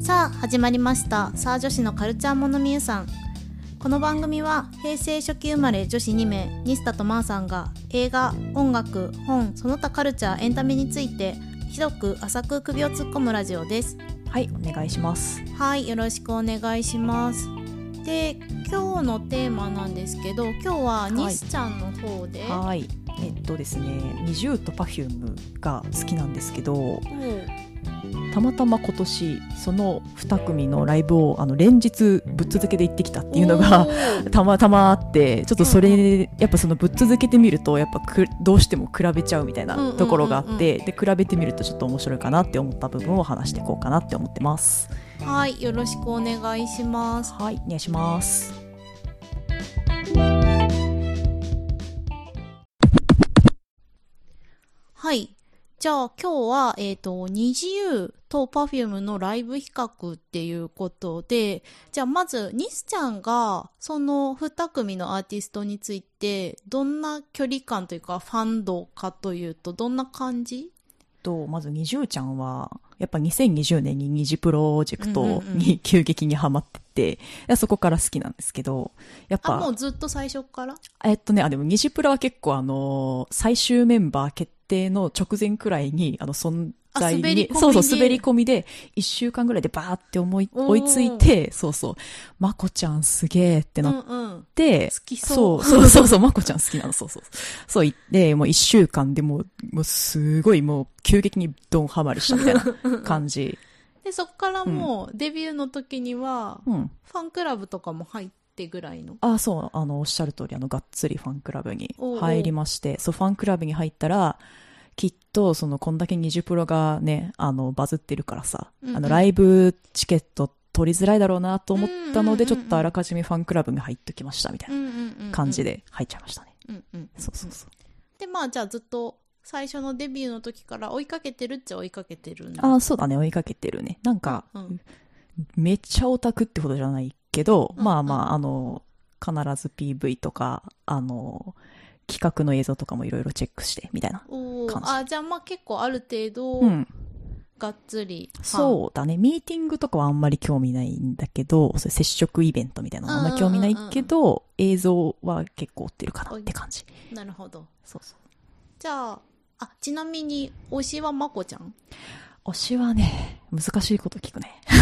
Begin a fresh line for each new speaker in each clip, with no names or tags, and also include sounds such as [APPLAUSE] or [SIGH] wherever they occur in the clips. さあ始まりました「さあ女子のカルチャーものみゆさん」この番組は平成初期生まれ女子2名ニスタとマーさんが映画音楽本その他カルチャーエンタメについて広く浅く首を突っ込むラジオです
はい、お願いします。
はいよろしくお願いしますで今日のテーマなんですけど今日はニスちゃんの方で、
はい、えっとですね、20と Perfume が好きなんですけど、たまたま今年その2組のライブをあの連日ぶっ続けで行ってきたっていうのがたまたまあって、ちょっとそれ、
うん
やっぱそのぶっ続けてみるとやっぱくどうしても比べちゃうみたい
うんうんうん
な
うん
ところがあって、で比べてみるとちょっと面白いかなって思った部分を話していこうかなって思ってます。
はいよろしくお願いします
はい、お願いします。
はい。じゃあ今日は、えっ、と、二自由と Perfume のライブ比較っていうことで、じゃあまず、ニスちゃんが、その二組のアーティストについて、どんな距離感というか、ファンドかというと、どんな感じ
とまず二重ちゃんはやっぱ2020年に二次プロジェ
うん
ク
うん
ト
うん
に急激にはまってって、いやそこから好きなんですけどやっ
あ、も
ぱ
うずっと最初から
えっとねあでも二次プロは結構あのー最終メンバー決定の直前くらいにあの存在
あ滑り込みで
にそうそう滑り込みで1週間ぐらいでバーって思い
おー
追いついてそうそうまこちゃんすげーって
うん
なっ
うん。
て、
好き
そ
そうう。
そうそうそう、まこちゃん好きなの、そうそうそう。そう言って、もう一週間でもう、もうすごいもう急激にドンハマりしたみたいな
[LAUGHS]
感じ。
で、そこからもう、デビューの時には、
うん。
ファンクラブとかも入ってぐらいの。
ああ、そう、あの、おっしゃる通り、あの、がっつりファンクラブに
おうおう
入りまして、そう、ファンクラブに入ったら、きっと、その、こんだけ20プロがね、あの、バズってるからさ、
うんうん
あの、ライブチケット取りづらいだろうなと思ったので、
うんうんうんうん
ちょっとあらかじめファンクラブに入っときました、みたい
うんうんうんうん
な感じ。で入っちゃいましたね。
うんうん。
そうそうそう。
でまあじゃあずっと最初のデビューの時から追いかけてるっちゃ追いかけてるんだ
ああ、そうだね、追いかけてるね。なんか、
うん
めっちゃオタクってほどじゃないけど、
うん
まあまあ、あの、必ず PV とか、あの、企画の映像とかもいろいろチェックして、みたいな。
おー
感じ
あーじゃあまあ結構ある程度
うん。
がっつり、
そうだね。ミーティングとかはあんまり興味ないんだけど、そういう接触イベントみたいなのはあんまり興味ないけど、映像は結構追ってるかなって感じ。
うなるほど
そうそう。
じゃああちなみに推しはまこちゃん
推しはね、難しいこと聞くね。
[LAUGHS]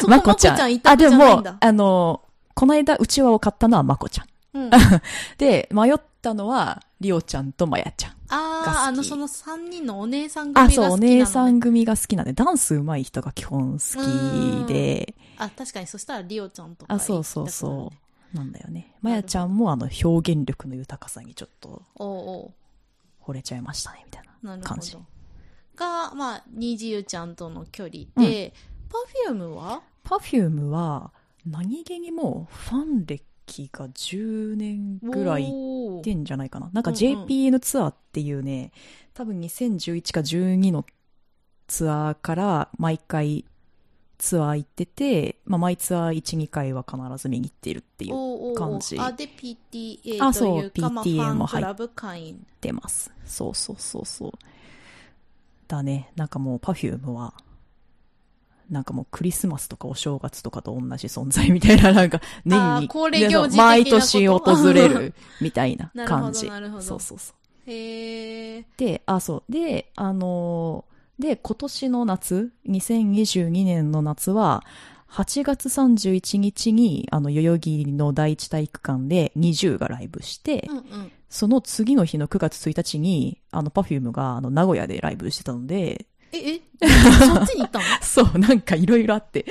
そこ
まこちゃん。
まこ一
あ、
択じ
で
ゃないん
も
だ、
あの、この間、うちわを買ったのはまこちゃん。 [LAUGHS]
うん、
で、迷ったのは、りおちゃんとまやちゃん。が
あ
好
ー
き
あのその3人のお姉さん組が
あ、
好きな
そう、
の、ね、
お姉さん組が好きなんで、ダンス上手い人が基本好きで、
あ確かにそしたらリオちゃんとか
あ、そうそう
行
そ
きたくなるね
う。なんだよね。まやちゃんもあの表現力の豊かさにちょっと
おうおう
惚れちゃいましたね、みたい
なる
な
ほ
感
ど
じ。
がまあにじゆちゃんとの距離で、パフュームは
パフュームは、何気にもうファン歴が10年ぐらい
おー
ってんじゃないかな。なんか
うんうん
JPN ツアーっていうね、多分2011か12のツアーから毎回ツアー行ってて、まあ、毎ツアー1、2回は必ず見に行ってるって言っ
おうおうおう
感じ
あで PTA
あ
と
そう
いうかまあフ
PTA
ァン
も
ク
入っ
ラブ会員
てます。そうそうそうそう。だね。なんかもう Perfume は、なんかもうクリスマスとかお正月とかと同じ存在みたいな、なんか年
あ
に
ー恒例行事的なこと
毎年訪れるみたいな感じ。
[LAUGHS] なるほどなるほど
そうそうそう。
へえ
で、あ、そう。で、あのーで、今年の夏、2022年の夏は、8月31日に、あの、代々木の第一体育館で20がライブして、
うんうん
その次の日の9月1日に、あの、パフュームが、あの、名古屋でライブしてたので、 [LAUGHS]
ええそっちに行ったの
そう、なんかいろいろあって、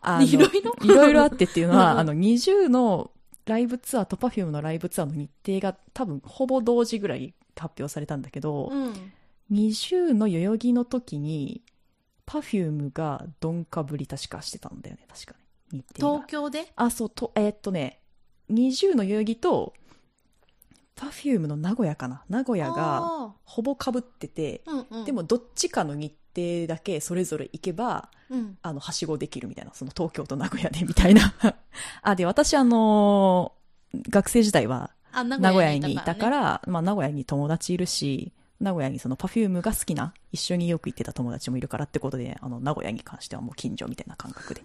あ
[LAUGHS]
の
いろいろ
いろいろあってっていうの
うんうん
は、あの、20のライブツアーとパフュームのライブツアーの日程が多分、ほぼ同時ぐらい発表されたんだけど、
うん
20の代々木の時に、パフュームがドンかぶり確かしてたんだよね、確かね。日程が
東京で
あ、そう、と、えーっとね、20の代々木と、パフュームの名古屋かな名古屋が、
あ
ほぼ被ってて、
ーうんうん
でもどっちかの日程だけそれぞれ行けば、
うん
あの、はしごできるみたいな、その東京と名古屋でみたいな。 [LAUGHS] あ、で、私あのー学生時代は
あ名
名古屋にいたから
ね
ら、まあ名古屋に友達いるし、名古屋にその Perfume が好きな一緒によく行ってた友達もいるからってことであの名古屋に関してはもう近所みたいな感覚で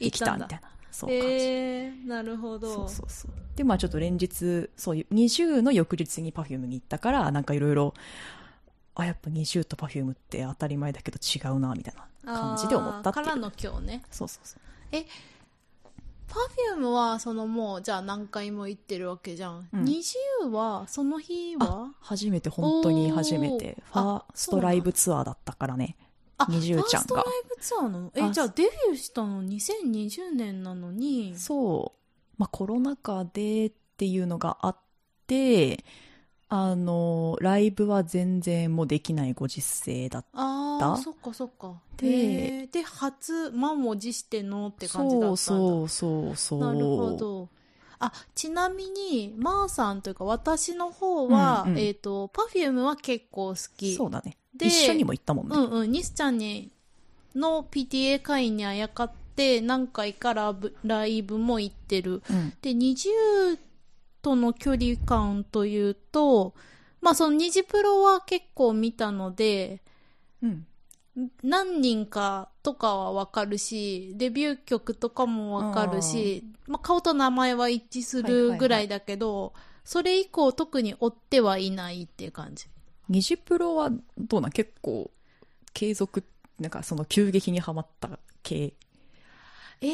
行ってきたみたいなそう感じ、
えー、なるほど。
そうそうそうでまあちょっと連日そう20の翌日に Perfume に行ったからなんかいろいろあやっぱ20と Perfume って当たり前だけど違うなみたいな感じで思ったって
あ
い
ー
う
からの今日ね。
そうそうそう
パフュームはそのもうじゃあ何回も行ってるわけじゃん。
うん
二重はその日は
初めて本当に初めて
おー
ファーストライブツアーだったからね
あ、
二重ちゃんが
ファーストライブツアーなのえ、
あ
じゃあデビューしたの2020年なのに。
そう、まあ、コロナ禍でっていうのがあってあのライブは全然もうできないご時世だっ
ああ、
だ
そっかそっか。
で
へーで、初、満を持してのってて感じだったんだ。
そうそうそうそう
なるほど。あ、ちなみに、まー、さんというか私の方は、
うんうん
えっ、と、パフュームは結構好き。
そうだね
で
一緒にも行ったもんね、
うんうん、ニスちゃんにの PTA 会員にあやかって何回かラブライブも行ってる。
うん
で、20との距離感というと、まあその虹プロは結構見たので、
うん
何人かとかはわかるし、デビュー曲とかもわかるし、まあ顔と名前は一致するぐらいだけど、それ以降特に追ってはいないっていう感じ。
ニジプロはどうなん結構継続なんかその急激にはまった系
ええ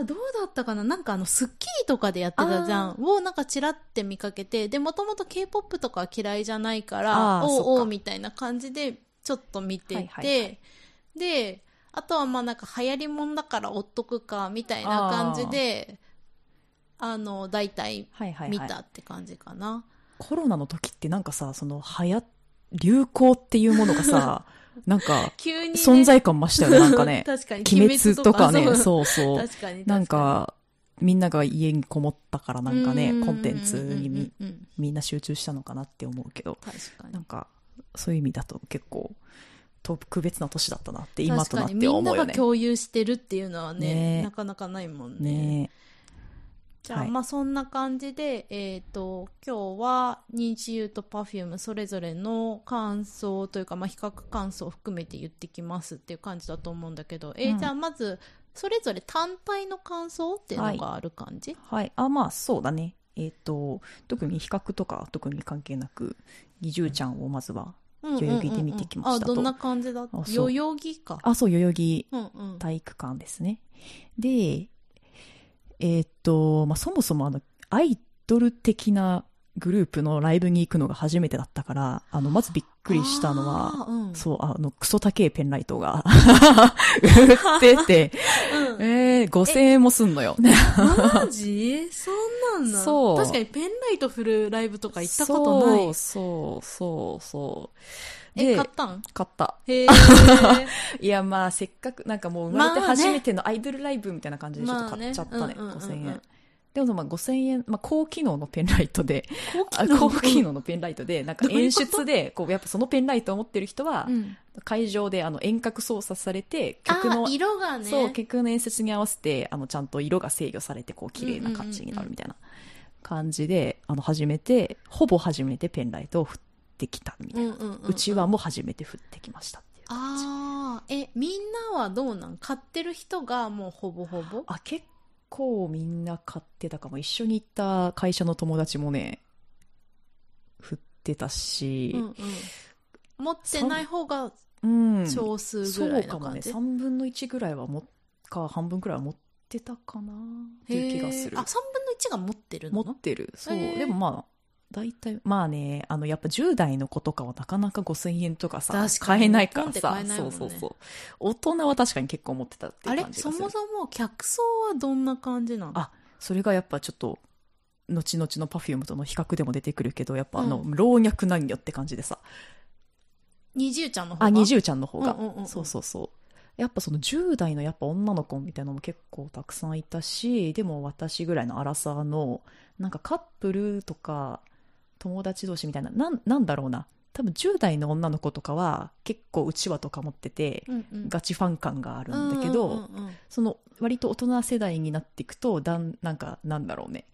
あ、どうだったかななんかあの、スッキリとかでやってたじゃん。をなんかチラって見かけて、で、もともと K-POP とかは嫌いじゃないから、
あー
お
そっ
う
か
おうみたいな感じで、ちょっと見てて、
はいはいは
で、あとはまあなんか流行りもんだから追っとくか、みたいな感じで、あの、大体
はいは
見たって感じかな。
コロナの時ってなんかさその流行流行っていうもの
[LAUGHS]
がさなんか
急に、ね。
存在感増したよねなんかね
[LAUGHS] 確かに。
鬼滅とかね
う。
そうそう
確かに確かに。
なんかみんなが家にこもったから
う
なん
うんんう
か
んうんうん、
ねコンテンツにみ
うん
みんな集中したのかなって思うけど
確かに
なん。かそういう意味だと結構特別な年だったなって今
確
と
か
なっ
に
て
みん
思
な
うよ
が
ね。
共有してるっていうのはね
ね
なかなかないもんね
ね
じゃあ、
はい
まあそんな感じでえっ、と今日は日ユと Perfume それぞれの感想というか、まあ、比較感想を含めて言ってきますっていう感じだと思うんだけど、えー
うん
じゃあまずそれぞれ単体の感想っていうのがある感じ、
はい、あまあそうだねえっ、と特に比較とか特に関係なく二重ちゃんをまずは
うんうんうんうん
代々木で見てきましたと
あどんな感じだった
あそう
代々木か
あそう代々木
うんうん
体育館ですねでえっ、と、まあ、そもそもあのアイドル的なグループのライブに行くのが初めてだったからあのまずびっくりしたのは
あーうん
そうあのクソ高えペンライトが
[LAUGHS]
売ってて、
うん
えー、5000円もすんのよ
マジそんなんなん
そう
確かにペンライト振るライブとか行ったことない
そうそうそうそう
え
で
買ったん
買った
へー
いやまあせっかくなんかもう生まれて
まあね
初めてのアイドルライブみたいな感じでちょっと買っちゃったね,、
まあねうんうんうんうん
5000円でもまあ5000円、まあ、高機能のペンライトで
高
あ
機能
高機能のペンライトでなんか
どうい
演
うこと
出でこうやっぱそのペンライトを持ってる人は
うん
会場であの遠隔操作されて
あ
曲の
ー色がね
そう曲の演説に合わせてあのちゃんと色が制御されてこう綺麗な感じになるみたいな感じであの初めてほぼ初めてペンライトを振ってきたみたいな、
んうんんん
うちわも初めて振ってきましたっていう感じ
ああえみんなはどうなん買ってる人がもうほぼほぼ
あ結構みんな買ってたかも一緒に行った会社の友達もね振ってたし
うんうん持ってない方が
うん、
少数
そ
ぐら
う
い
か
な
も
感
ね
じ、
3分の1ぐらいはもか半分くらいは持ってたかなっていう気がする
へーあ三3分の1が持ってる
持
の
ってるそう、
へー
でもまあ大体まあねあのやっぱ10代の子とかはなかなか5000円とかさ
確かに
買えないから
日本っ
さ、
て買えないも
そ
んね
うそうそう大人は確かに結構持ってたってい
あ
う
れ
感じ
そ
がする
もそも客層はどんな感じなの
あそれがやっぱちょっと後々の Perfume との比較でも出てくるけどやっぱあの、
う
老若男女って感じでさ
二重ちゃんの方が
あ二重ちゃんの方が、
うんうんうんうん
そうそうそうやっぱその10代のやっぱ女の子みたいなのも結構たくさんいたしでも私ぐらいの荒さのなんかカップルとか友達同士みたいななんなんだろうな多分10代の女の子とかは結構うちわとか持ってて、
うんうん
ガチファン感があるんだけど、
うんうんうんうん
その割と大人世代になっていくとだんなんかなんだろうね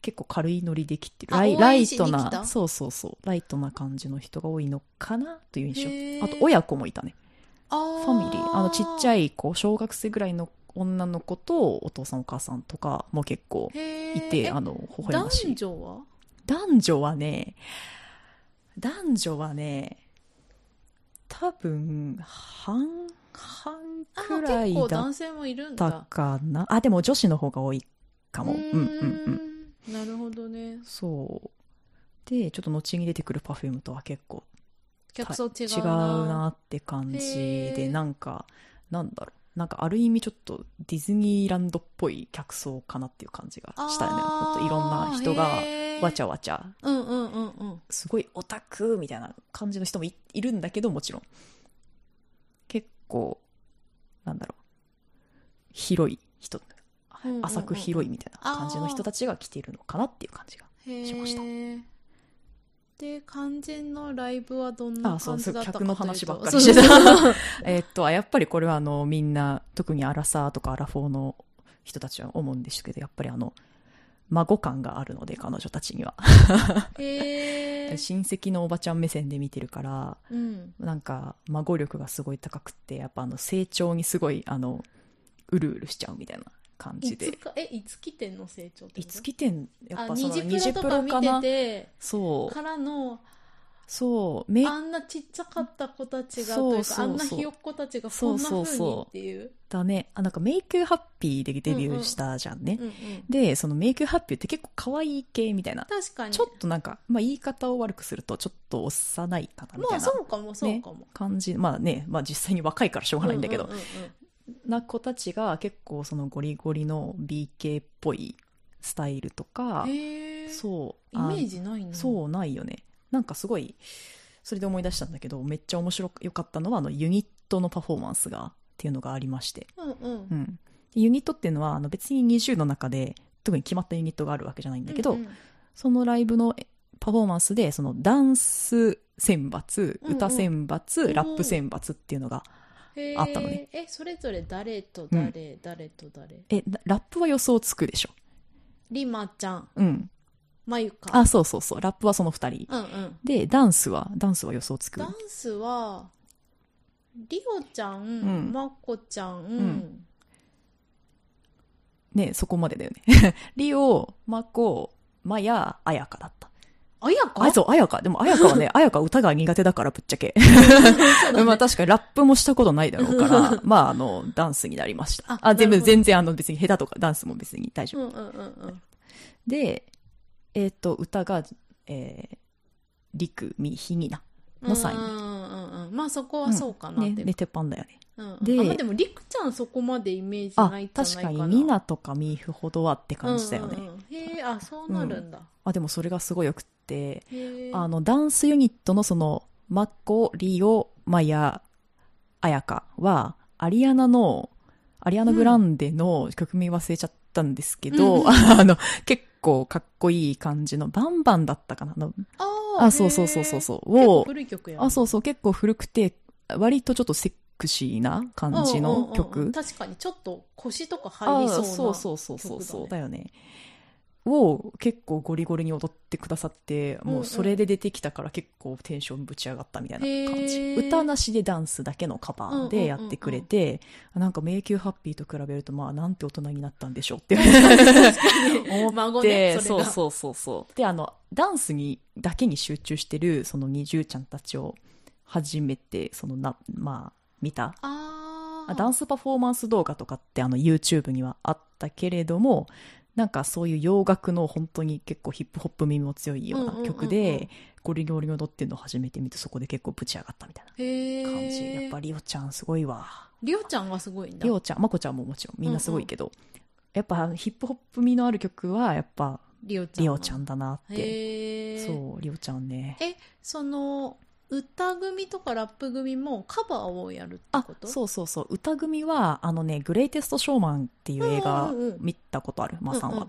結構軽いノリで来てる
あ
ライ
応援
ライ
しに
ト
来た
なそうそうそうライトな感じの人が多いのかなという印
へ
象
ー
あと親子もいたね
フ
ファミリーあのちっちゃ
い
い子小学生ぐらいの女の子とお父さんお母さんとかも結構い
い
てあの微笑まし
男
い
女は
男女はね男女はね多分半
あ
々くら
結
い
構
だっ
男性もいるん
た
だ
かなあでも女子の方が多いかも
う
うん
ー
うんうん
んなるほどね
そうでちょっと後に出てくるパフュームとは結構
客層違
違
う
う
な
なって感じ
へ
で
ー
なんかなんだろうなんかある意味ちょっとディズニーランドっぽい客層かなっていう感じがしたよねほんといろんな人がわちゃ
ゃ
わちゃ
うんうんうんうん
すごいオタクみたいな感じの人もいいるんだけどもちろん結構なんだろう広い人
うんうん
浅く広いみたいな感じの人たちが来ているのかなっていう感じがしました
へーで肝心のライブはどん
あ
な
そう
感じだったか
客の話ばっかり
というと
してた
そうそうそう
えっとやっぱりこれはあのみんな特にアラサーとかアラフォーの人たちは思うんですけどやっぱりあの孫感があるので彼女たちには
へ
[LAUGHS]
ー
親戚のおばちゃん目線で見てるから
うん
なんか孫力がすごい高くってやっぱあの成長にすごいあのうるうるしちゃうみたいな感じ
い
で
つかえいつ来てんの成長って
い
こと
つ来てんやっ
あ
ぱその
ニジプロとか
ニジプロ
見てて
そう
からの
そうめ
あんなちっちゃかった子たちが
そう
という
そうそ
か
う
あんなひよっこたちがこんな
そうそう
風に
そう
っていう
だねあなんか「メイクハッピー」でデビューしたじゃんね、
うんうん
でその「メイクハッピー」って結構可愛い系みたいな
確かに
ちょっとなんか、まあ、言い方を悪くするとちょっと幼いかなみた
まあ
いな
そうかもそうかも
感じ、まあね、まあ、実際に若いからしょうがないんだけ
う
ど、
ううんうん
な子たちが結構そのゴリゴリの BK っぽいスタイルとか、
へえ
そう
イメー
ジ
ジないな
そうないよねなんかすごいそれで思い出したんだけどめっちゃ面白よかったのはあのユニットのパフォーマンスがっていうのがありまして、
うんうん
うん、でユニットっていうのはあの別に NiziU の中で特に決まったユニットがあるわけじゃないんだけど、
うんうん
そのライブのえパフォーマンスでそのダンス選抜
うんうん
歌選抜、
おー
ラップ選抜っていうのが
へー
あったのね
えそれぞれ誰と誰、誰と誰
えなラップは予想つくでしょ
リマちゃん
うん
まゆか
あそうそうそうラップはその2人
うんうん
でダンスはダンスは予想つく
ダンスはリオちゃん、
ん
まこちゃん、
んねそこまでだよね [LAUGHS] リオマコマヤアヤカだった
あやか
あそうアヤカでもアヤ
[LAUGHS]
カはねアヤカ歌が苦手だからぶっちゃけ [LAUGHS] まあ確かにラップもしたことないだろうから
[LAUGHS]
まああのダンスになりました
あ
あ全
なるほ
部
ど
全然あの別に下手とかダンスも別に大丈夫
うんうんうんうん
で、えっ、と、歌が、えー、リク、ミ、ヒニナの
うん
3位。
うんうんうんまあそこはそうかな、
ね、
で
で、鉄板だよね。
うん
で
あまあ、でもりくちゃんそこまでイメージ
あ
ないん、じゃないか
確か
な
に、ミナとかミーフほどはって感じだよね。
うんうんうんへえあそうなるんだ、
あ、でもそれがすごいよくって、
へえ
あの、ダンスユニットのその、マコ、リオ、マヤ、アヤカは、アリアナの、アリアナグランデの曲名忘れちゃったんですけど、
うん
[LAUGHS] あの、結構かっこいい感じの、バンバンだったかなあの、
あー
あ、そうそうそうそうそう、
へえ結構
を、
古い曲やね
あそうそう結構古くて割とちょっとセクシーな感じ
うんうんうん
の
うん
曲
確かにちょっと腰とか入
あ
りそうな
そうそうそうそうそう
曲
だ
だ
よねを結構ゴリゴリに踊ってくださって
うん
も
うん
うそれで出てきたから結構テンションぶち上がったみたいな感じ、
へー
歌なしでダンスだけのカバーでやってくれて、なんか「迷宮ハッピー」と比べるとまあなんて大人になったんでしょ
[LAUGHS]
うって思って
孫ねそ
そ
れ
う
が
そうそうそうであのダンスにだけに集中してるその二重ちゃんたちを初めてそのなまあ見た
あ
ダン
ス
スパフォーマンス動画とかってあの YouTube にはあったけれどもなんかそういう洋楽の本当に結構ヒップホップ耳も強いよう
うんうんうんう
なん曲でゴリゴリ踊ってるのを初めて見てそこで結構ぶち上がったみたいな
へ
感じ、
え
やっぱリオちゃんすごいわ
りょうちゃんがすごいんだ
リオちゃんまこちゃんももちろんみんなすごいけど、やっぱヒップホップ味のある曲はやっぱ
りおちゃん
リオちゃんだなって
へえ
そうリオちゃんね
えその歌組とかラップ組もカバーをやるって
あ
こと
そうそうそう歌組はあのね「グレイテスト・ショーマン」っていう映画
うんうんうん
見たことある、まあさんは、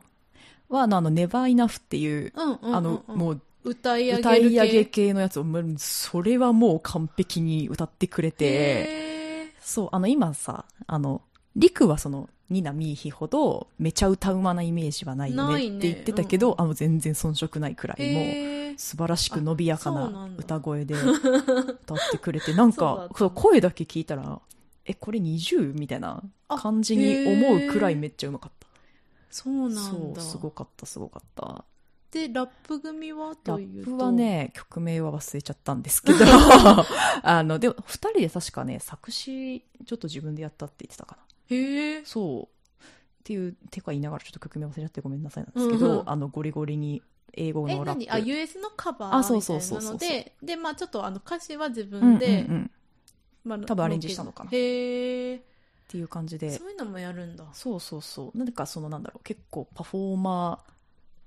うん
はあの「あのネバーイナフ」っていう、
うんうんうんうん
あのもう
歌い上げる
歌い上げ
系
系のやつをもうそれはもう完璧に歌ってくれて
へ
そうあの今さあのリクはそのニナ・ミーヒほどめちゃ歌うまなイメージはない
な
ね
い
っ
ね
て言ってたけど、あもう全然遜色ないくらいもう
へー
素晴らしく伸びやか
あそうな
なん
だ
歌
[LAUGHS]
声で歌ってくれてなん
そうだ
か
った
そう声だけ聞いたらえこれ 20? みたいな感じに思うくらいめっちゃうまかった
そうなん
そう
だ
すごかったすごかった
でラップ組は
ラ
という
ッ
と
プはね曲名は忘れちゃったんです
[LAUGHS]
けどあのでも2人で確かね作詞ちょっと自分でやったって言ってたかな
へえ
そうっていうてか言いながらちょっと曲名忘れちゃってごめんなさいなんですけど、
うんうん
あのゴリゴリに英語
え
のラッ
何
プ
あ US のカバー
あ
みた
そう
い
そうそう
な
そう
のででまあちょっとあの歌詞は自
うんうんう
分
ん
で、
っ
まあ、
多分アレンジしたのかな
へえ
ていう感じで
そういうのもやるんだ
そうそうそうなんかそのなんだろう結構パフォーマー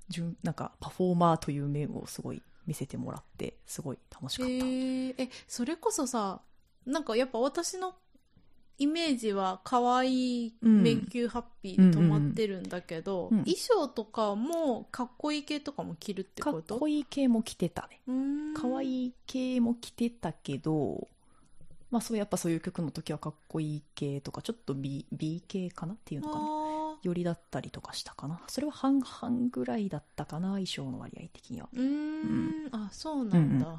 順なんかパフォーマーという面をすごい見せてもらってすごい楽し
へ
かった、
ーえそれこそさなんかやっぱ私のイメージは可愛い
うん
迷宮ハッピーで止まってるんだけど、
うんうんうんうん
衣装とかもかっこいい系とかも着るって
か
こ
っ
と
こいい系も着てたね
うーん
可愛い系も着てたけどまあそうやっぱそういう曲の時はかっこいい系とかちょっと B, B 系かなっていうのかな
あ
よりだったりとかしたかなそれは半々ぐらいだったかな衣装の割合的には
ーうーんあそうなんだ、
う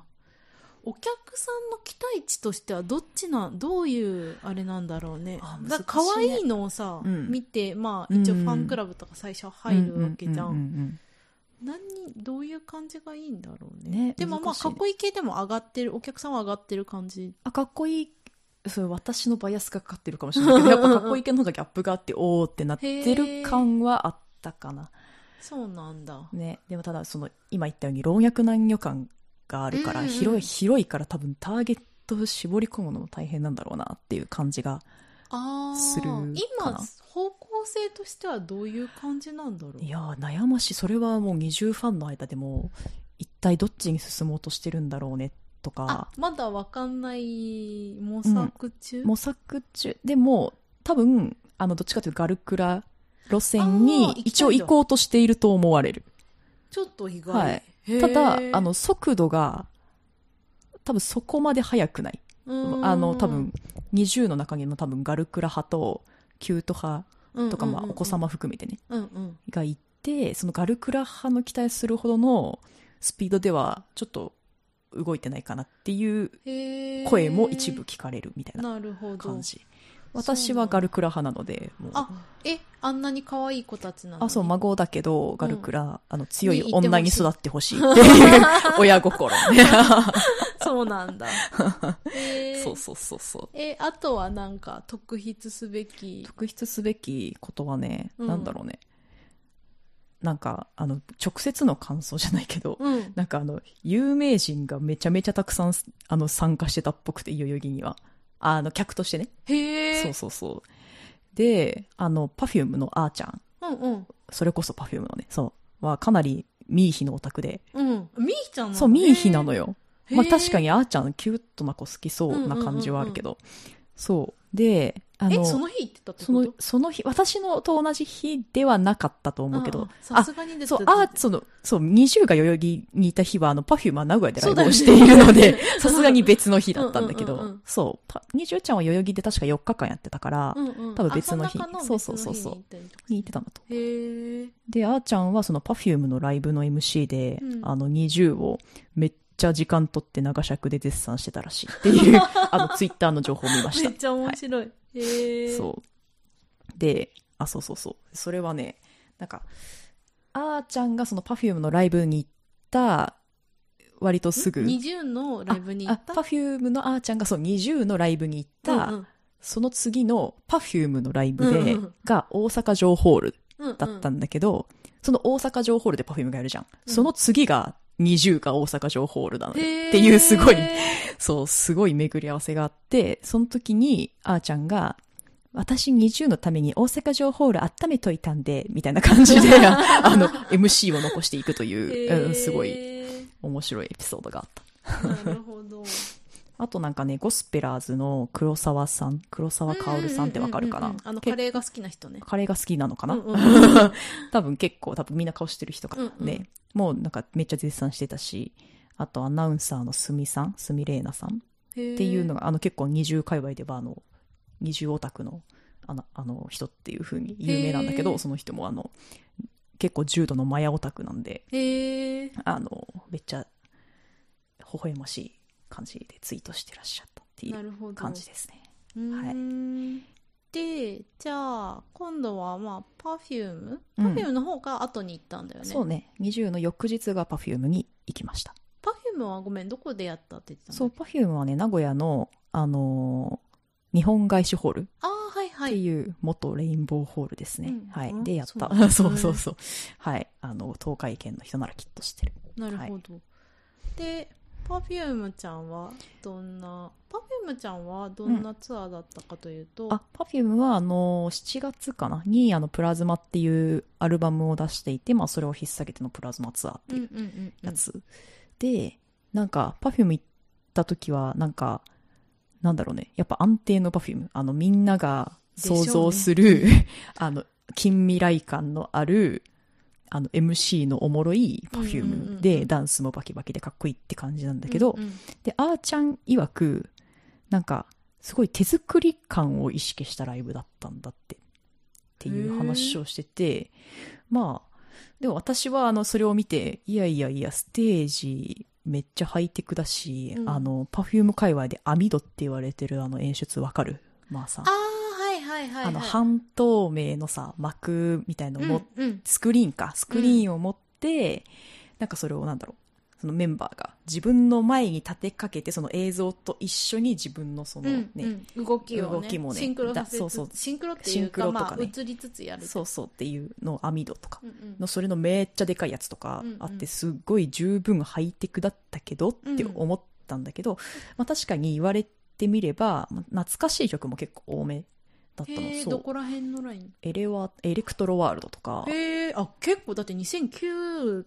お客さんの期待値としてはどっちなんどういうあれなんだろうね
あ
だ
難し
可
いね
愛いのをさ、
うん
見てまあ
うん
一応ファンクラブとか最初入るわけじゃ
うんうううん
何どういう感じがいいんだろうね
ね
でもまあ
難しい
か
ね
っこいい系でも上がってるお客さんは上がってる感じ
あかっこいいそう私のバイアスがかかってるかもしれない
[LAUGHS]
けどやっぱかっこいい系の方がギャップがあっておーってなってる感はあったかな、
そうなんだ
ね、でもただその今言ったように老若男女感があるから、
うんうんうん
広い広いから多分ターゲットを絞り込むのも大変なんだろうなっていう感じが
あー
するかな
今方向性としてはどういう感じなんだろう
いやー悩ましいそれはもう二重ファンの間でも一体どっちに進もうとしてるんだろうねと
あ
か
まだわかんない模索中、
模索中でも多分あのどっちかというとガルクラ路線に
あー
一応行こうとしていると思われる
ちょっと意外、
はい
へー
ただあの速度が多分そこまで速くない、
うーん
あの多分20の中にも多分ガルクラ派とキュート派とか、まあ、お子様含めてね
うんうん
がいてそのガルクラ派の期待するほどのスピードではちょっと動いてないかなっていう
へー
声も一部聞かれるみたいな
なるほ
感
ど
じ私はガルクラ派なのでもう
あえあんなに可愛い子たちなのに
あそう
[LAUGHS]
孫だけどガルクラ、あの強い
にいてほしい
女に育ってほしいっていう [LAUGHS] 親
[LAUGHS]
心ね
そう
[LAUGHS]
なんだへー
そうそうそうそう
えあとはなんか特筆すべき
特筆すべきことはね、
うん
なんだろうねなんかあの直接の感想じゃないけど、
うん
なんかあの有名人がめちゃめちゃたくさんあの参加してたっぽくて代々木にはあの客としてね、
へえ
そうそうそうであの Perfume のあーちゃん
うんうん
それこそ Perfume のねそうはかなりミーヒのオタクで、
うんみーちゃんなの
そうミーヒなのよ
へー
まあ確かにあーちゃんキュートな子好きそうな感じはあるけど、そうであ
えその日行ってたって
そ
こ
の
と
その日私のと同じ日ではなかったと思うけど
あさすがにです
そうあそのそう20が代々木にいた日はあの Perfume は名古屋でライブをして
そう
い
だ
る
よね
ので [LAUGHS] さすがに別の日だったんだけ
うんうんうんう
ど
ん
そうパ20ちゃんは代々木で確か4日間やってたから、
うんうん
多分別の日
あそんな感じ
そうそうそうそう
別の日に行ったりとか
に行ってたんだと
へえ
であーちゃんはその Perfume のライブの MC で、
うん
あの20をめっちゃ時間取って長尺で絶賛してたらしいっ
[LAUGHS]
ていうあのツイッターの情報を見まし
め
た
っちゃ面白いへえ
そう。で、あ、そうそうそう。それはね、なんか、あーちゃんがその Perfume のライブに行った、割とすぐ。
20のライブに行
あ
っ、た
Perfume のあーちゃんがそう20のライブに行った、
うんうん
その次の Perfume のライブで、
うんうん
が大阪城ホール
うんうん
だったんだけど、その大阪城ホールで Perfume がやるじゃん。その次が20が大阪城ホールなのよ。
へー
っていうすごいそう、すごい巡り合わせがあって、その時に、あーちゃんが、私20のために大阪城ホール温めといたんで、みたいな感じ
[LAUGHS]
で、ああの、MC を残していくという、
へー
うん、すごい面白いエピソードがあった。
なるほ
[LAUGHS]
ど
あとなんかね、ゴスペラーズの黒沢さん、黒沢薫さんってわかる
う
か
ん
な
うんうんうんあの
け
カレーが好きな人ね
カレーが好きなのかな、
うんうん
[LAUGHS] 多分結構、多分みんな顔してる人かな、
うんうん
ね。もうなんかめっちゃ絶賛してたし、あとアナウンサーのすみさん、すみれいなさ
っ
んっていうのが、あの結構二重界隈ではあの二重オタクのあのあの人っていう風に有名なんだけ
へ
ど、
ー
その人もあの結構重度のマヤオタクなんで
へえ。
あのめっちゃ微笑ましい感じでツイートしてらっしゃったってい
な
う
るほど。
感じですね。
うーんで、じゃあ、今度は、まあ、Perfume?Perfume、
うん
Perfume の方が後に行ったんだよね。
そうね20の翌日が Perfume に行きました
Perfume はごめん、どこでやったって言ってたの
そう Perfume はね名古屋の、あのー日本外資ホール
ああ、はいは
って
い。
いう元レインボーホールですね、
うん
はい
うん
でやっ
そう
た
なんだ
[LAUGHS] そうそうそうはいあの東海圏の人ならきっと知ってる
なるほど。で、Perfume ちゃんはどんな、Perfume ちゃんはどんなツアーだったかというと、
あ Perfume はあの7月かなにあのプラズマっていうアルバムを出していて、まあ、それを引っ提げてのプラズマツアーって
う
い
ん
う
うんうんう
や
ん。
つ、でなんか Perfume 行った時はなんかなんだろうねやっぱ安定の Perfume あのみんなが想像する、 [LAUGHS] あの近未来感のあるあの MC のおもろい
うんうんうんう
Perfume
ん
で、ダンスもバキバキでかっこいいって感じなんだけど、
うんうん
であーちゃん曰くなんかすごい手作り感を意識したライブだったんだってっていう話をしててまあでも私はあのそれを見ていやいやいやステージめっちゃハイテクだし、
うん
あのパフューム界隈で網戸って言われてるあの演出わかるまあさん
ああ、はいはいはい、はい。
あの半透明のさ幕みたいのを持っ
うんうん
スクリーンか、スクリーンを持って、なんかそれをなんだろう、そのメンバーが自分の前に立てかけて、その映像と一緒に自分のそのね、
うんうん、動きを、ね、
動きもね
シンクロさせつつ
だそうそう
シンクロって
シ
い
ン
う
ク
か
ロと
ま
か
あ、
ね
映りつつやる
そうそうっていうの、網戸とか
うんうん、
の、それのめっちゃでかいやつとかあっ
うんうん
て、すっごい十分ハイテクだったけどって
うん
思ったんだけど、まあ確かに言われてみれば、まあ懐かしい曲も結構多めだったの。
へえ
そ
ど
う。
こら辺のライン
エレワ、エレクトロワールドとか、
へえあ結構だって2009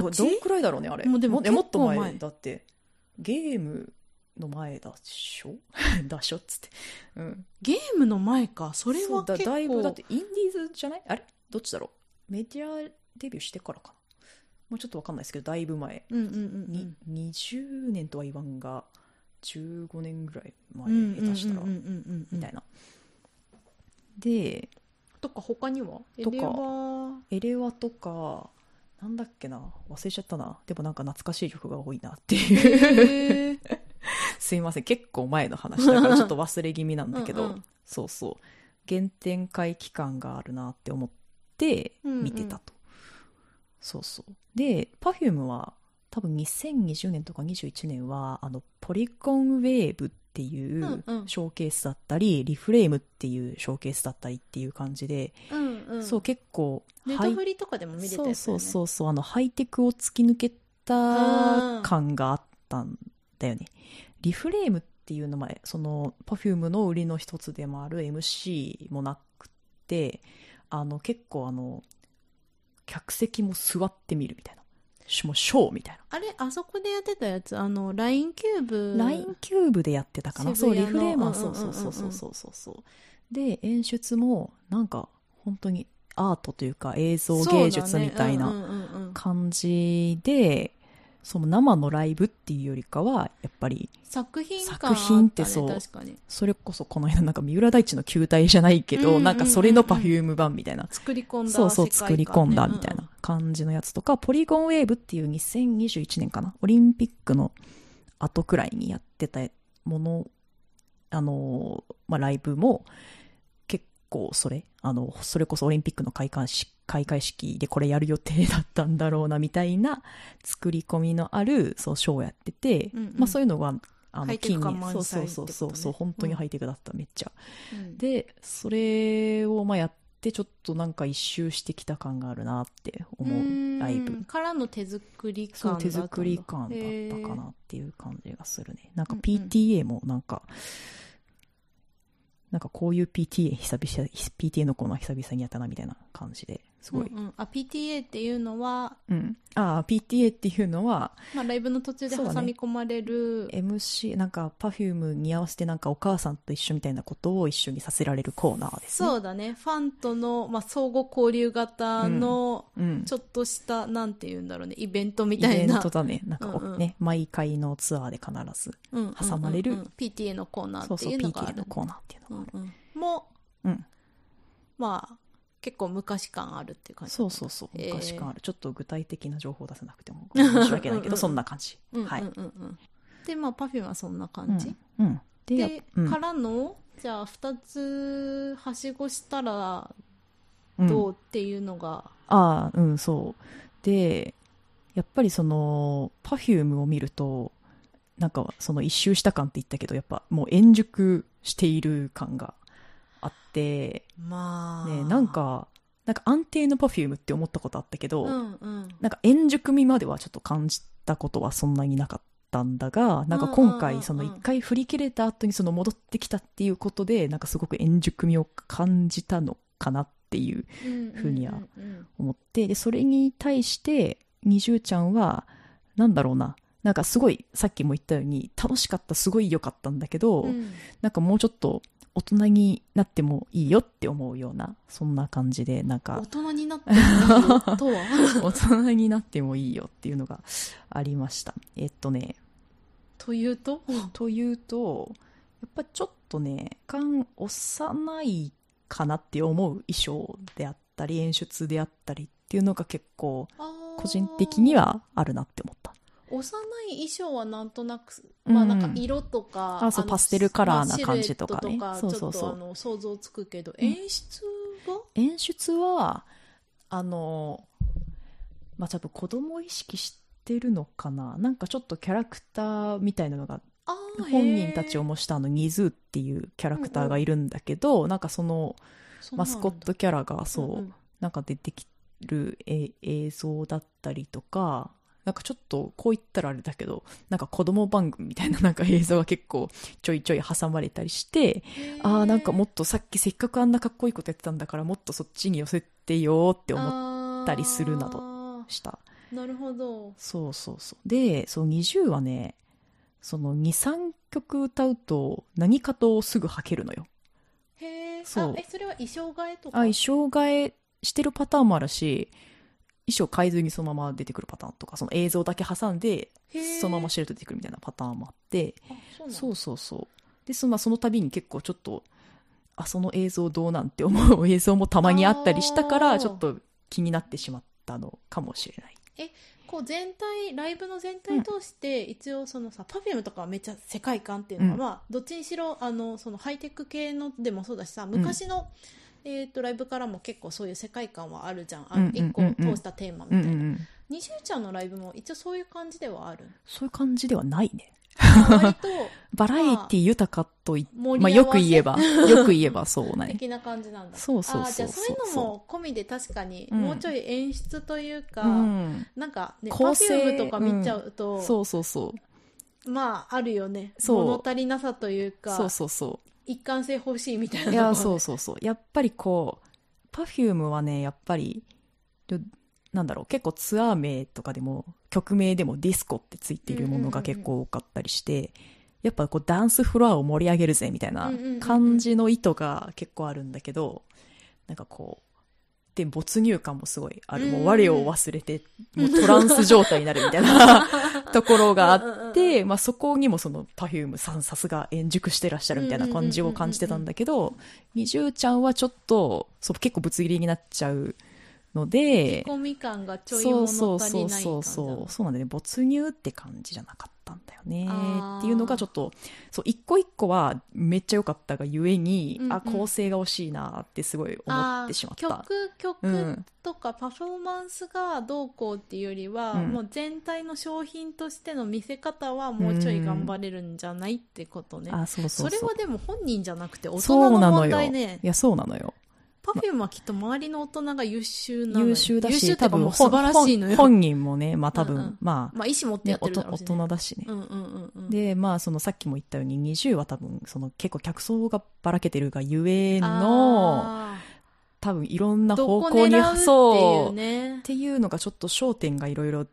どどんくらいだろうねあれ
もうでも
ねもっと前
結構前
だってゲームの前だっしょ [LAUGHS] だっしょっつって、うん、
ゲームの前かそれ
そ
は
うだ
結構
だいぶだってインディーズじゃないあれどっちだろうメディアデビューしてからかなもうちょっとわかんないですけどだいぶ前、
うんうんうんう
に
ん
20年とは言わんが15年ぐらい前、
うんうんうんうんうん
下手したら、
うんうん
みたいなで
とか他にはエ
とか
レは
エレワとかなんだっけな忘れちゃったなでもなんか懐かしい曲が多いなっていう
へえ
すいません結構前の話だからちょっと忘れ気味なんだけど
うんうん
そうそう原点回帰感があるなって思って見てたと、そうそうで Perfume は多分2020年とか21年はあのポリコンウェーブっていうんう
うん
ショーケースだったり、リフレームっていうショーケースだったりっていう感じで、
うんうん
そう結構
ネ
ハ
タ
イ
フリとかでも見れたやつだ
そ
よね
うそうそうそうあのハイテクを突き抜けた感があったんだよねリフレームっていうの前その Perfume の売りの一つでもある MC もなくてあの結構あの客席も座ってみるみたいなしもうショーみたい
あれあそこでやってたやつあのラインキューブ
な LINE、キューブでやってたかなそう
渋
リ
谷の
フレーム
う
は
んうん
そううんそうそう
うん
そううんそうそうで演出もなんか本当にアートというか映像芸術みたいな
そうだねうんうんうんうん
感じでその生のライブっていうよりかはやっぱり
作品感あ
作品ってそう
たね確かに
それこそこの間なんか三浦大知の球体じゃないけど、
うんうんうんうん
なんかそれのパフューム版みたいな、
作り込んだ
そうそう
世界観
作り込んだ
ね
みたいな感じのやつとか、ポリゴンウェーブっていう2021年かなオリンピックの後くらいにやってたものあのーまあ、ライブも結構それあのそれこそオリンピックの開会式開会式でこれやる予定だったんだろうなみたいな作り込みのあるそうショーをやってて、
うんうん
まあ、そういうのがあ
ハ
の
イテク
近
感
にそ
満
うそ
載
う
ってこ
そ
と
う
ね
そうそう本当に
うん
ハイテクだった、めっちゃ
うん
でそれをまあやってちょっとなんか一周してきた感があるなって思うライ
うーん
ブ
からの手作り
そ
感
う
だった
手
んだ
作り感だったか
へ
なっていう感じがするねなんか
うんうん
PTA もなんか、なんかこういう PTA 久々 PTA のコーナー久々にやったなみたいな感じです
ー
ごい、
うんうんあ PTA っていうのは、
うんああ PTA っていうのは
まあ、ライブの途中で
そうだね
挟み込まれる、
MC なんか Perfume に合わせてなんかお母さんと一緒みたいなことを一緒にさせられるコーナーですね
そうだねファンとの、まあ、相互交流型の
うん
ちょっとした、なんて言うんだろうねイベントみ
イ
た
ベ
い
ン
な
トだねなんかこう
うんうん
ね毎回のツアーで必ず
うんうんうんうん
挟まれる
PTA のコーナー
そう
って
そう
いうのがあ
PTA
る
のコーナーっていうのがある
うんうんも
うん、
まあ結構昔感あるっていう感じ
そうそうそう
へー
昔感ある、ちょっと具体的な情報を出せなく
[LAUGHS]
ても申し訳ないけ
うんう
ど
ん
そんな感じ、
うんうん
はい、
うんうんでまあパフュームはそんな感じ、
うんうんでやっ
で、
うん
からのじゃあ2つはしごしたらど
うん
うっていうのが、
ああうんそうでやっぱりその Perfume を見るとなんかその一周した感って言ったけどやっぱもう円熟している感があって
まあ
ね、なんかなんか安定の Perfume って思ったことあったけど、
うんうん
なんか円熟味まではちょっと感じたことはそんなになかったんだがなんか今
うんうんうんうん
回その一回振り切れた後にその戻ってきたっていうことでなんかすごく円熟味を感じたのかなっていうふうには
うんうん
思ってでそれに対して二重ちゃんはなんだろうななんかすごいさっきも言ったように楽しかったすごい良かったんだけど、
うんうん
なんかもうちょっと大人になってもいいよって思うようなそんな感じでなんか
大人になってもいいよと
[LAUGHS]
は
大人になってもいいよっていうのがありました。えっとね、
というと
というと、やっぱちょっとね、感幼いかなって思う衣装であったり、演出であったりっていうのが結構、個人的に
は
はあるなって思った。
幼い衣装はなんとなく
うん
まあなんか色とか、
あそう
の
パステルカラーな感じとかね
まあシルエットとか
そうそうそう
ちょっとあの想像つくけど
うん
演出は、
演出は、あの、まあ、多分子供を意識してるのかななんかちょっとキャラクターみたいなのが
あー
本人たちを
へー
模したあのニズーっていうキャラクターがいるんだけど、なんかその
そうな
マ
んだ
スコットキャラがそう、
んん
なんか出てきるえ映像だったりとかなんかちょっとこう言ったらあれだけどなんか子供番組みたいななんか映像が結構ちょいちょい挟まれたりして
へー
ああなんかもっとさっきせっかくあんなかっこいいことやってたんだからもっとそっちに寄せてよーって思っったりするなど
あ
した
ーなるほど
そうそうそうでその20はねその23曲歌うと何かとすぐ吐けるのよ
へえ
そ
そ
う
えそれは衣装替えとか
あ衣装替えしてるパターンもあるし衣装変えずにそのまま出てくるパターンとかその映像だけ挟んで
へー
そのままシェルト出てくるみたいなパターンもあって
あそうなんだ
そうそうそうでそ,、まあ、その度に結構ちょっとあその映像どうなんて思う映像もたまにあったりしたか
あー
らちょっと気になってしまったのかもしれない
こう全体ライブの全体通して、一応そのさ Perfume とかはめっちゃ世界観っていうのは、
うん
まあどっちにしろあのそのハイテク系のでもそうだしさ昔の、えー、とライブからも結構そういう世界観はあるじゃんあ
うん
の
うんうん
一個を通したテーマみ
う
たい
ん
な、
うんうん
二重ちゃんのライブも一応そういう感じではあ
[LAUGHS]
る
そういう感じではないね
割と
バラエティ豊かとい
盛り合わせ、
まあ、よく言えばよく言えばそ
[LAUGHS]
うない
的な感じなんだ
そうそうそう
あーじゃあそういうのも込みで確かに
うん
もうちょい演出というか、
うん、
なんかね
構成
Perfume とか見ちゃうと、
そうそうそう
まああるよね
そう
物足りなさというか
そうそうそう
一貫性欲しいみたいない
やそううそうそうやっぱりこう Perfume はねやっぱりちょなんだろう結構ツアー名とかでも曲名でもディスコってついているものが結構多かったりして、やっぱこうダンスフロアを盛り上げるぜみたいな
うんうんうんうん
感じの意図が結構あるんだけどなんかこうで没入感もすごいある、もう我を忘れてもうトランス状態になるみたいな [LAUGHS] ところがあっ
あ
てで、まあ、そこにもその Perfume さんさすが円熟してらっしゃるみたいな感じを感じてたんだけど二重ちゃんはちょっとそう結構ぶつ切りになっちゃうので
込み感がちょい
そうそ
物
う
足
そ
り
う
ない
そ
感
う
じ
そうそうなんだよね没入って感じじゃなかったんだよね
あー
っていうのがちょっとそう一個一個はめっちゃ良かったがゆえに、
うんうん
あ構成が惜しいなってすごい思ってしまった。
曲
う
曲
ん、
とかパフォーマンスがどうこうっていうよりは、
うん
もう全体の商品としての見せ方はもうちょい頑張れるんじゃないってことね、
あそうそうそう
それはでも本人じゃなくて大
そ
人
う
の
なの
問
よ
題
い
ね
やそうなのよ
パフュームはきっと周りの大人が優秀なのよ
優秀だ
優秀
し
ってい
多
うかも
分
う素晴らしいのよ
本本人もねまあ多分、
うんうん
まあ
まあ意思持ってや
ね、
って
お
る
と
だろう
大
し、ね、
人だしね、
うんうんうんうん
でまあそのさっきも言ったように20は多分その結構客層がばらけてるがゆえの
あ
多分いろんな
ー
方向に
どこ狙う
そ
っていう
う
ね
っていうのがちょっと焦点がいろいろ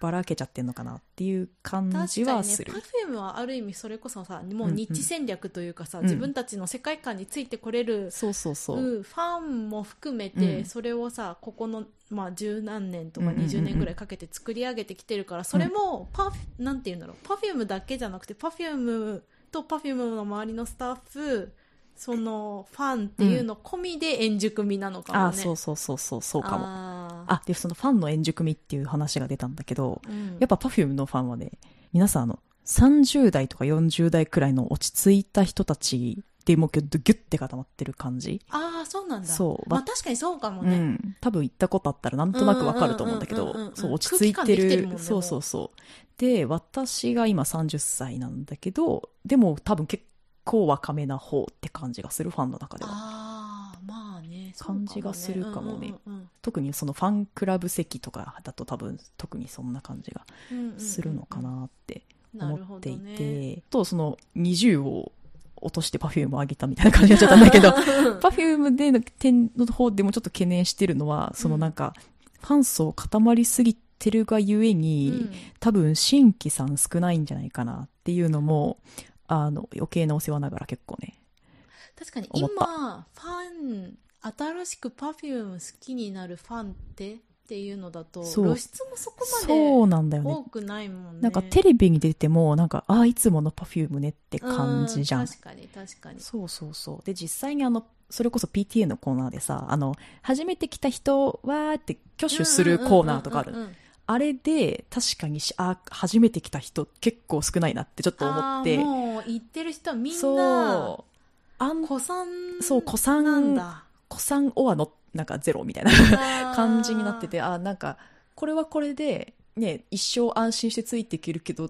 ばらけちゃってんのかなっていう感じ
確か
は
にね
す、る、
パフュームはある意味それこそさも
ん
う
うん
日戦略というかさ、
うん
自分たちの世界観についてこれる、
そうそうそう、
うんファンも含め
う
て
ん
それをさここの、まあ、十何年とか
うんうんうんうん
20年ぐらいかけて作り上げてきてるから、それもパフなんて言うんだろうパフュームだけじゃなくてパフュームとパフュームの周りのスタッフそのファンっていうの込みで円熟味なのかもね。
あそうそうそうそうそうかも
あー
あでそのファンの円熟味っていう話が出たんだけど
うん
やっぱ Perfume のファンはね皆さんあの30代とか40代くらいの落ち着いた人たちでもうギュッギュッて固まってる感じ
あーそうなんだ。
そう
ま
わ
あ確かにそうかも
う
ね。
ん、多分行ったことあったらなんとなくわかると思うんだけ
うんうんうんうんう
ど
ん
そう落ち着いてる
空気感できてるもんね
そうそうそうで私が今30歳なんだけどでも多分結構若めな方って感じがするファンの中では
ああ、まあね。そうかもね
感じがするかもね。
うんうん
特にそのファンクラブ席とかだと多分特にそんな感じが
うんうんうん
するのか。なって
なる
思
ほ
って
ど
いて、
ね。
とその20を落として Perfume を上げたみたいな感じになっちゃった [LAUGHS] んだけど Perfume での点の方でもちょっと懸念してるのはそのなんか、ファン層固まりすぎてるがゆえに、
うん
多分新規さん少ないんじゃないかなっていうのもあの余計なお世話ながら結構ね
確かに
思った
今、ファン、新しく Perfume 好きになるファンってっていうのだと、
そう
露出もそこ
そう
ま
なんだよ
で
ね
多くないもんね。
なんかテレビに出てもなんかああいつもの Perfume ねって感じじゃ
うん確かに確かに。
そうそうそうで実際にあのそれこそ PTA のコーナーでさあの初めて来た人はーって挙手するコーナーとかある、
うんうんうんうん
あれで確かにしあ初めて来た人結構少ないなってちょっと思って
あーもう言ってる人はみんな
そうあん
子さん
そう子さ
なん
ん
だ
子さんオアのなんかゼロみたいな感じになっててあーなんかこれはこれで、ね、一生安心してついていけるけど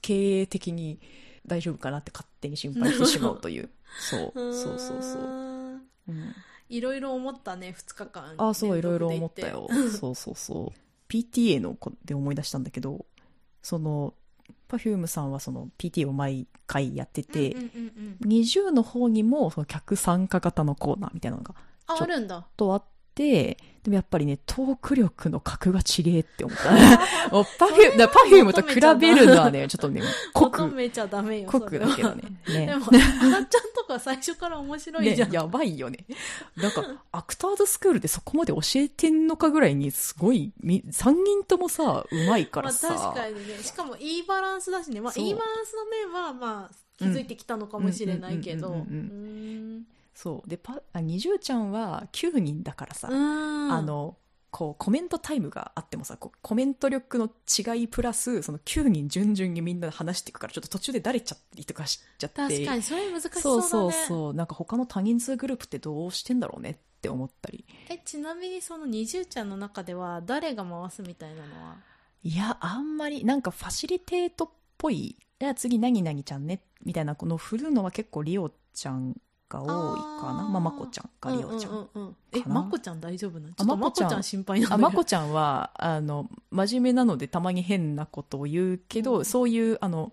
経営的に大丈夫かなって勝手に心配してしまうというそう
あー
そうそうそう、
ーん
うん
いろいろ思ったね2日間
あそうい
連
ろ
続
いろ
で行
思
っ
ってたよ
[LAUGHS]
そうそうそう PTA の子で思い出したんだけどその Perfume さんはその PTA を毎回やってて、
うんうんうんうん
20の方にもその客参加型のコーナーみたいなのが
あ
ちょ
あるんだ
とあってでもやっぱりねトーク力の格がちげえって
[LAUGHS]
思ったもうパフューだからパフュームと比べるのはねちょっとね濃
求
く
めちゃダメよ
濃
それ
く
は
だけどね
で
ね
もあーちゃんとか最初から面白いじゃ
ね
ん、
やばいよねなんか [LAUGHS] アクターズスクールでそこまで教えてんのかぐらいにすごい3人ともさうまいか
ま
ら
あ
さ、
確かにねしかもいいバランスだしね、まあ、
そう
いいバランスの面はまあ気づいてきたのかもしれないけど
う
うん
うんうんうん
ーん
そうでパあ二重ちゃんは9人だからさ、あ
あ
のこうコメントタイムがあってもさこうコメント力の違いプラスその9人順々にみんな話していくからちょっと途中でだれちゃったりとかしちゃって
確かにそれ難し
そ
そううだね
そうそうなんか他の多人数グループってどうしてんだろうねって思ったり
えちなみにその二重ちゃんの中では誰が回すみたいなのはい
や、あんまり、なんかファシリテートっぽい、じゃあ次何々ちゃんね、みたいな、この振るのは結構リオちゃんが多いかな。
あー
まあ、まこちゃんか、リオちゃん。
ううううえ
かな
まこちゃん大丈夫なのちょ
あ
っと
ま
ま
こち
こ
ゃん
ちゃん心配なん
あ
だ
ま
け
こ
ど
ちゃんは、あの、真面目なのでたまに変なことを言うけど、
うん
そういう、あの、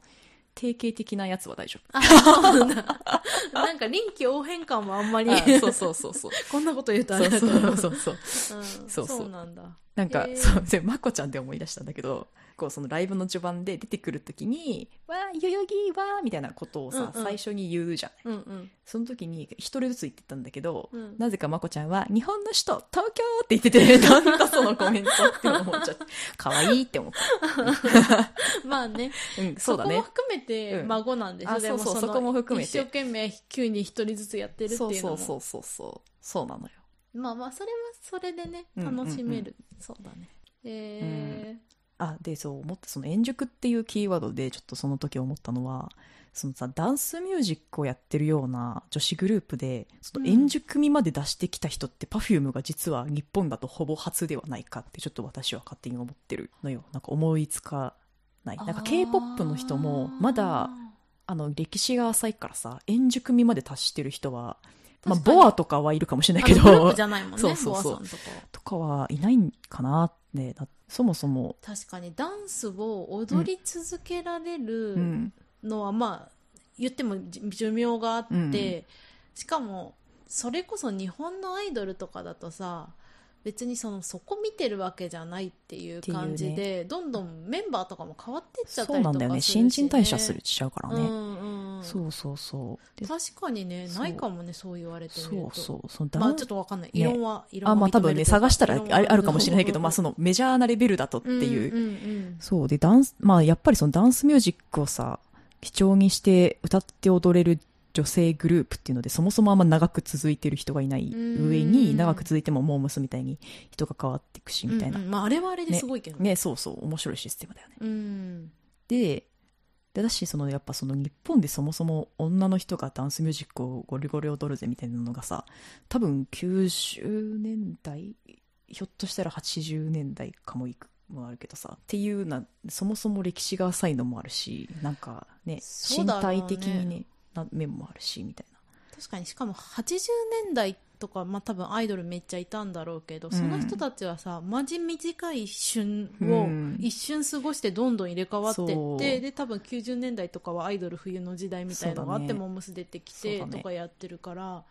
定型的なやつは大丈
[LAUGHS]
夫。
あそうなんだなんか臨機応変感もあんまり
あそうそうそうそう。
[LAUGHS] こんなこと言うとあ
そ
れ
う
だけ
そ
ど
うそうそう。
うん
そうそう
そうなんだ
なんか、
へー
そうでまこちゃんで思い出したんだけどこうそのライブの序盤で出てくる時に「わー代々木わー」みたいなことをさ、
うんうん
最初に言うじゃない
うんうん
その時に一人ずつ言ってたんだけど、
うん
なぜかまこちゃんは「日本の首都東京!」って言ってて [LAUGHS] なんだそのコメントって思っちゃって可愛いって思っ
まあね
た、うん、 [LAUGHS] そうだ
こも
ね
含めて
うん
孫なんでしょ、
あ
でも
そうそう
の
そこも含めて
一生懸命急に一人ずつやってるっていうの
そ
も
うそうそうそうそうそうなのよ
まあまあそれはそれでね
うんうんうん
楽しめる、そうだねえ
あでそう思ったその円熟っていうキーワードでちょっとその時思ったのはそのさダンスミュージックをやってるような女子グループでその円熟味まで出してきた人って Perfume が実は日本だとほぼ初ではないかってちょっと私は勝手に思ってるのよなんか思いつかないなんか k p o p の人もまだあの歴史が浅いからさ円熟味まで達してる人は、まあ、
確かに
ボアとかはいるかもしれない
だ
け
け
ど
どグループじゃないもんね
そうそうそう
ボアさんとかは
とかはいないんかなってなそもそも、
確かにダンスを踊り続けられ
う
る
ん、
のは、まあ言ってもじ寿命があって、
うん
しかもそれこそ日本のアイドルとかだとさ別にそのそこ見てるわけじゃないっていう感じ
って
で、どんどんメンバーとかも変わってっちゃった
そう
り
な
とか
ん
するし、ね、
だよね新陳代謝するしちゃうからね、
うんうん、
そうそうそうで
確かにね
そう
ないかもねそう言われてみる
そ
と
うそうそのダ
まあ
ン
ちょっとわかんない
ね
異論は、異論は
あまあ多
認め
分
ると
ね
いうか
探したら
異論は
あるあるかもしれないけど、まあ、そのメジャーなレベルだとって
うんうん
いう、
うんうん
そうでダンスまあやっぱりそのダンスミュージックをさ貴重にして歌って踊れる女性グループっていうのでそもそもあんま長く続いてる人がいない上
う
に
ん
長く続いてもモームスみたいに人が変わっていくしみたいな、
うんうんまあ、あれはあれですごいけどね。
ねそうそう面白いシステムだよね
うん。
ででだしそのやっぱその日本でそもそも女の人がダンスミュージックをゴリゴリ踊るぜみたいなのがさ多分90年代ひょっとしたら80年代かもいくもあるけどさっていうなそもそも歴史が浅いのもあるしなんかね
そう
身
だろうね
体的にねな面もあるしみたいな
確かに、しかも80年代とか、まあ多分アイドルめっちゃいたんだろうけど、その人たちはさ、マジ短い一瞬
う
を
ん
一瞬過ごしてどんどん入れ替わって
そ
っ
う
て、で、多分90年代とかはアイドル冬の時代みたいなのがあって、
そうだね
モームス出てき
そう
て
だね
とかやってるから、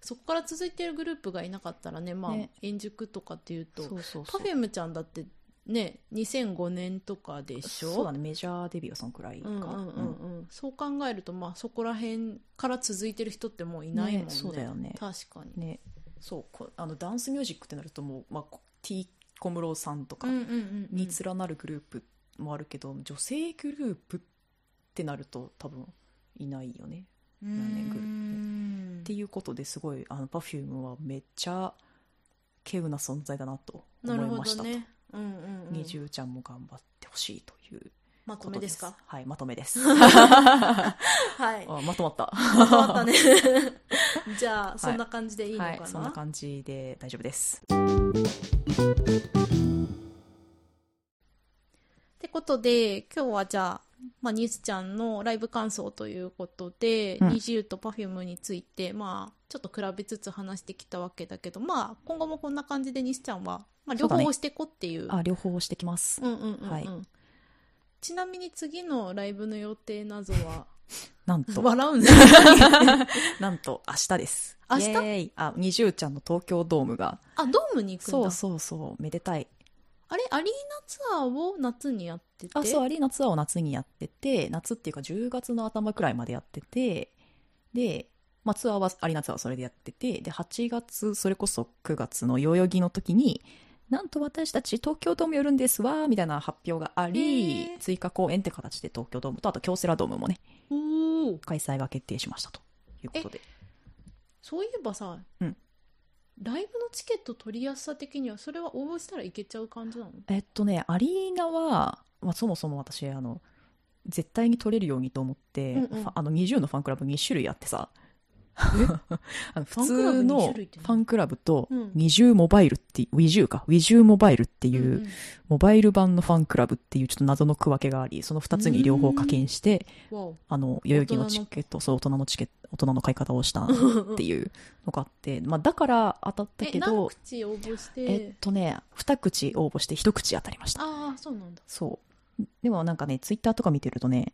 そこから続いてるグループがいなかったらね、まあ、
ね
円熟とかっていうと、
うそう
パフェムちゃんだってね、2005年とかでしょ
そうだねメジャーデビューはそのくらいか、
うんうんうんうん、そう考えると、まあ、そこら辺から続いてる人ってもういないもんね
ねそうだよね
確かに、
ねそうこあのダンスミュージックってなるともう、まあ、こ T 小室さんとか、
うんうんうんうん
に連なるグループもあるけど、女性グループってなると多分いないよね。年ぐらい
う
ね
ん
っていうことですごいあの Perfume はめっちゃ稀有な存在だなと思
なる
い
ほ
まし
ど
たと。
ね、うんうんうん、
二重ちゃんも頑張ってほしいという
まと
こ
め
と
で
ですす。
か
はい、まとめです。
はい [LAUGHS]
あまとまった。
まとまったね [LAUGHS] じゃあそんな感じでいいのかな、
はい、そんな感じで大丈夫です。
ってことで今日はじゃあ、まあ、ニスちゃんのライブ感想ということで、
うん
二重と Perfume について、まあ、ちょっと比べつつ話してきたわけだけど、まあ、今後もこんな感じでニスちゃんは、まあ、
そ
両
うだね
方していこうっていう。
あ、両方してきます。
うんうんうんうん
はい
ちなみに次のライブの予定などは
なんと、
笑
[LAUGHS]
うんだ
なんと明日です。
明日
イエーイあ、二重ちゃんの東京ドームが。
あドームに行くん
そ
だ
うそうそう、めでたい。
あれアリーナツアーを夏にやってて
あそうアリーナツアーを夏にやってて夏っていうか10月の頭くらいまでやっててで、まあ、ツアーはアリーナツアーはそれでやっててで8月それこそ9月の代々木の時になんと私たち東京ドーム寄るんですわーみたいな発表があ
へ
り
ー
追加公演って形で東京ドームとあと京セラドームもね
おー
開催が決定しましたということで
そういえばさ、
うん
ライブのチケット取りやすさ的にはそれは応募したらいけちゃう感じなの
えっとねアリーナは、まあ、そもそも私あの絶対に取れるようにと思って、
うんうん
ファあの20のファンクラブ2種類あってさ [LAUGHS] あの普
ファンクラブ
通
に
の
種
フ
類って何
ァンクラブと
うん
20モバイルっていう WiiU か WiiU モバイルっていう、
うんうん
モバイル版のファンクラブっていうちょっと謎の区分けがありその2つに両方課金して
わお
あの代々木のチケットそう大人のチケット大人の買い方を
[LAUGHS]
したっていうのがあって、まあ、だから当たった
え
け
何
ど
口応募して、
えっとね2口応募して1口当たりました
ああそうなんだ
そう。でもなんかね、ツイッターとか見てるとね、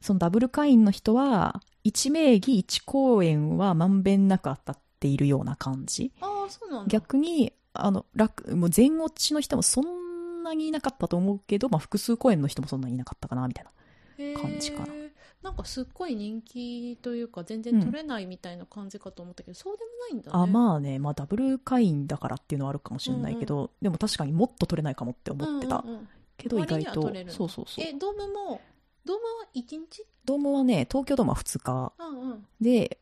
そのダブル会員の人は、1名義1公演はまんべんなく当たっているような感じ。
ああそうなんだ
逆に、あの、楽、もう全落ちの人もそんなにいなかったと思うけど、まあ複数公演の人もそんなにいなかったかな、みたいな。感じかな
へーなんかすっごい人気というか全然取れないみたいな感じかと思ったけど、そうでもないんだね
あ、まあね、まあダブル会員だからっていうのはあるかもしれないけど、でも確かにもっと取れないかもって思ってた。
うんうんうん
けど意
割
外
には
と
取れる、の
そうそうそう
え。ドームもドームは1日
ドームはね、東京ドームは2日
うんうん
で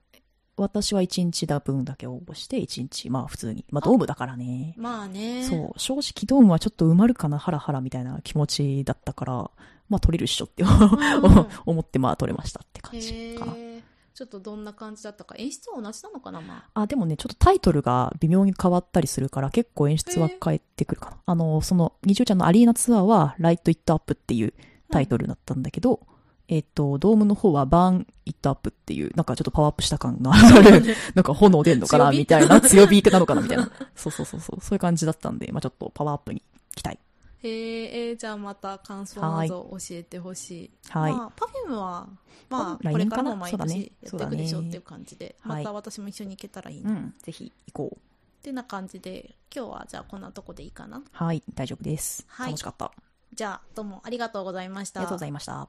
私は1日だ分だけ応募して1日まあ普通にまあ
あ
ドームだからね
まあね
そう正直ドームはちょっと埋まるかなハラハラみたいな気持ちだったからまあ取れるっしょって [LAUGHS] 思ってまあ取れましたって感じかな
へーちょっとどんな感じだったか演出は同じなのかなまあ
あでもねちょっとタイトルが微妙に変わったりするから結構演出は変えてくるかなあのその二重ちゃんのアリーナツアーは「ライト・イット・アップ」っていうタイトルだったんだけど、えっと、ドームの方はバーン・イット・アップっていう、なんかちょっとパワーアップした感があ
[LAUGHS]
る、なんか炎出んのか
強
な
火
みたいな、強火なのかなみたいな。そうそうそうそう、そういう感じだったんで、まあちょっとパワーアップに期待。
へーえーじゃあまた感想など教えてほしい
はい。
まあ、パフュームは、まあ、
パフューム
これから
来年かな
も毎年や
そ
って
うだね
いくでしょう
そうだね
っていう感じで、
は
ま
い
た私も一緒に行けたらいいな、
う
っ
ん、ぜひ行こう。
てな感じで今日はじゃあこんなとこでいいかな
はい、大丈夫です。
はい
楽しかった。あ
じゃあどうもありがとうございました
りがとうございました。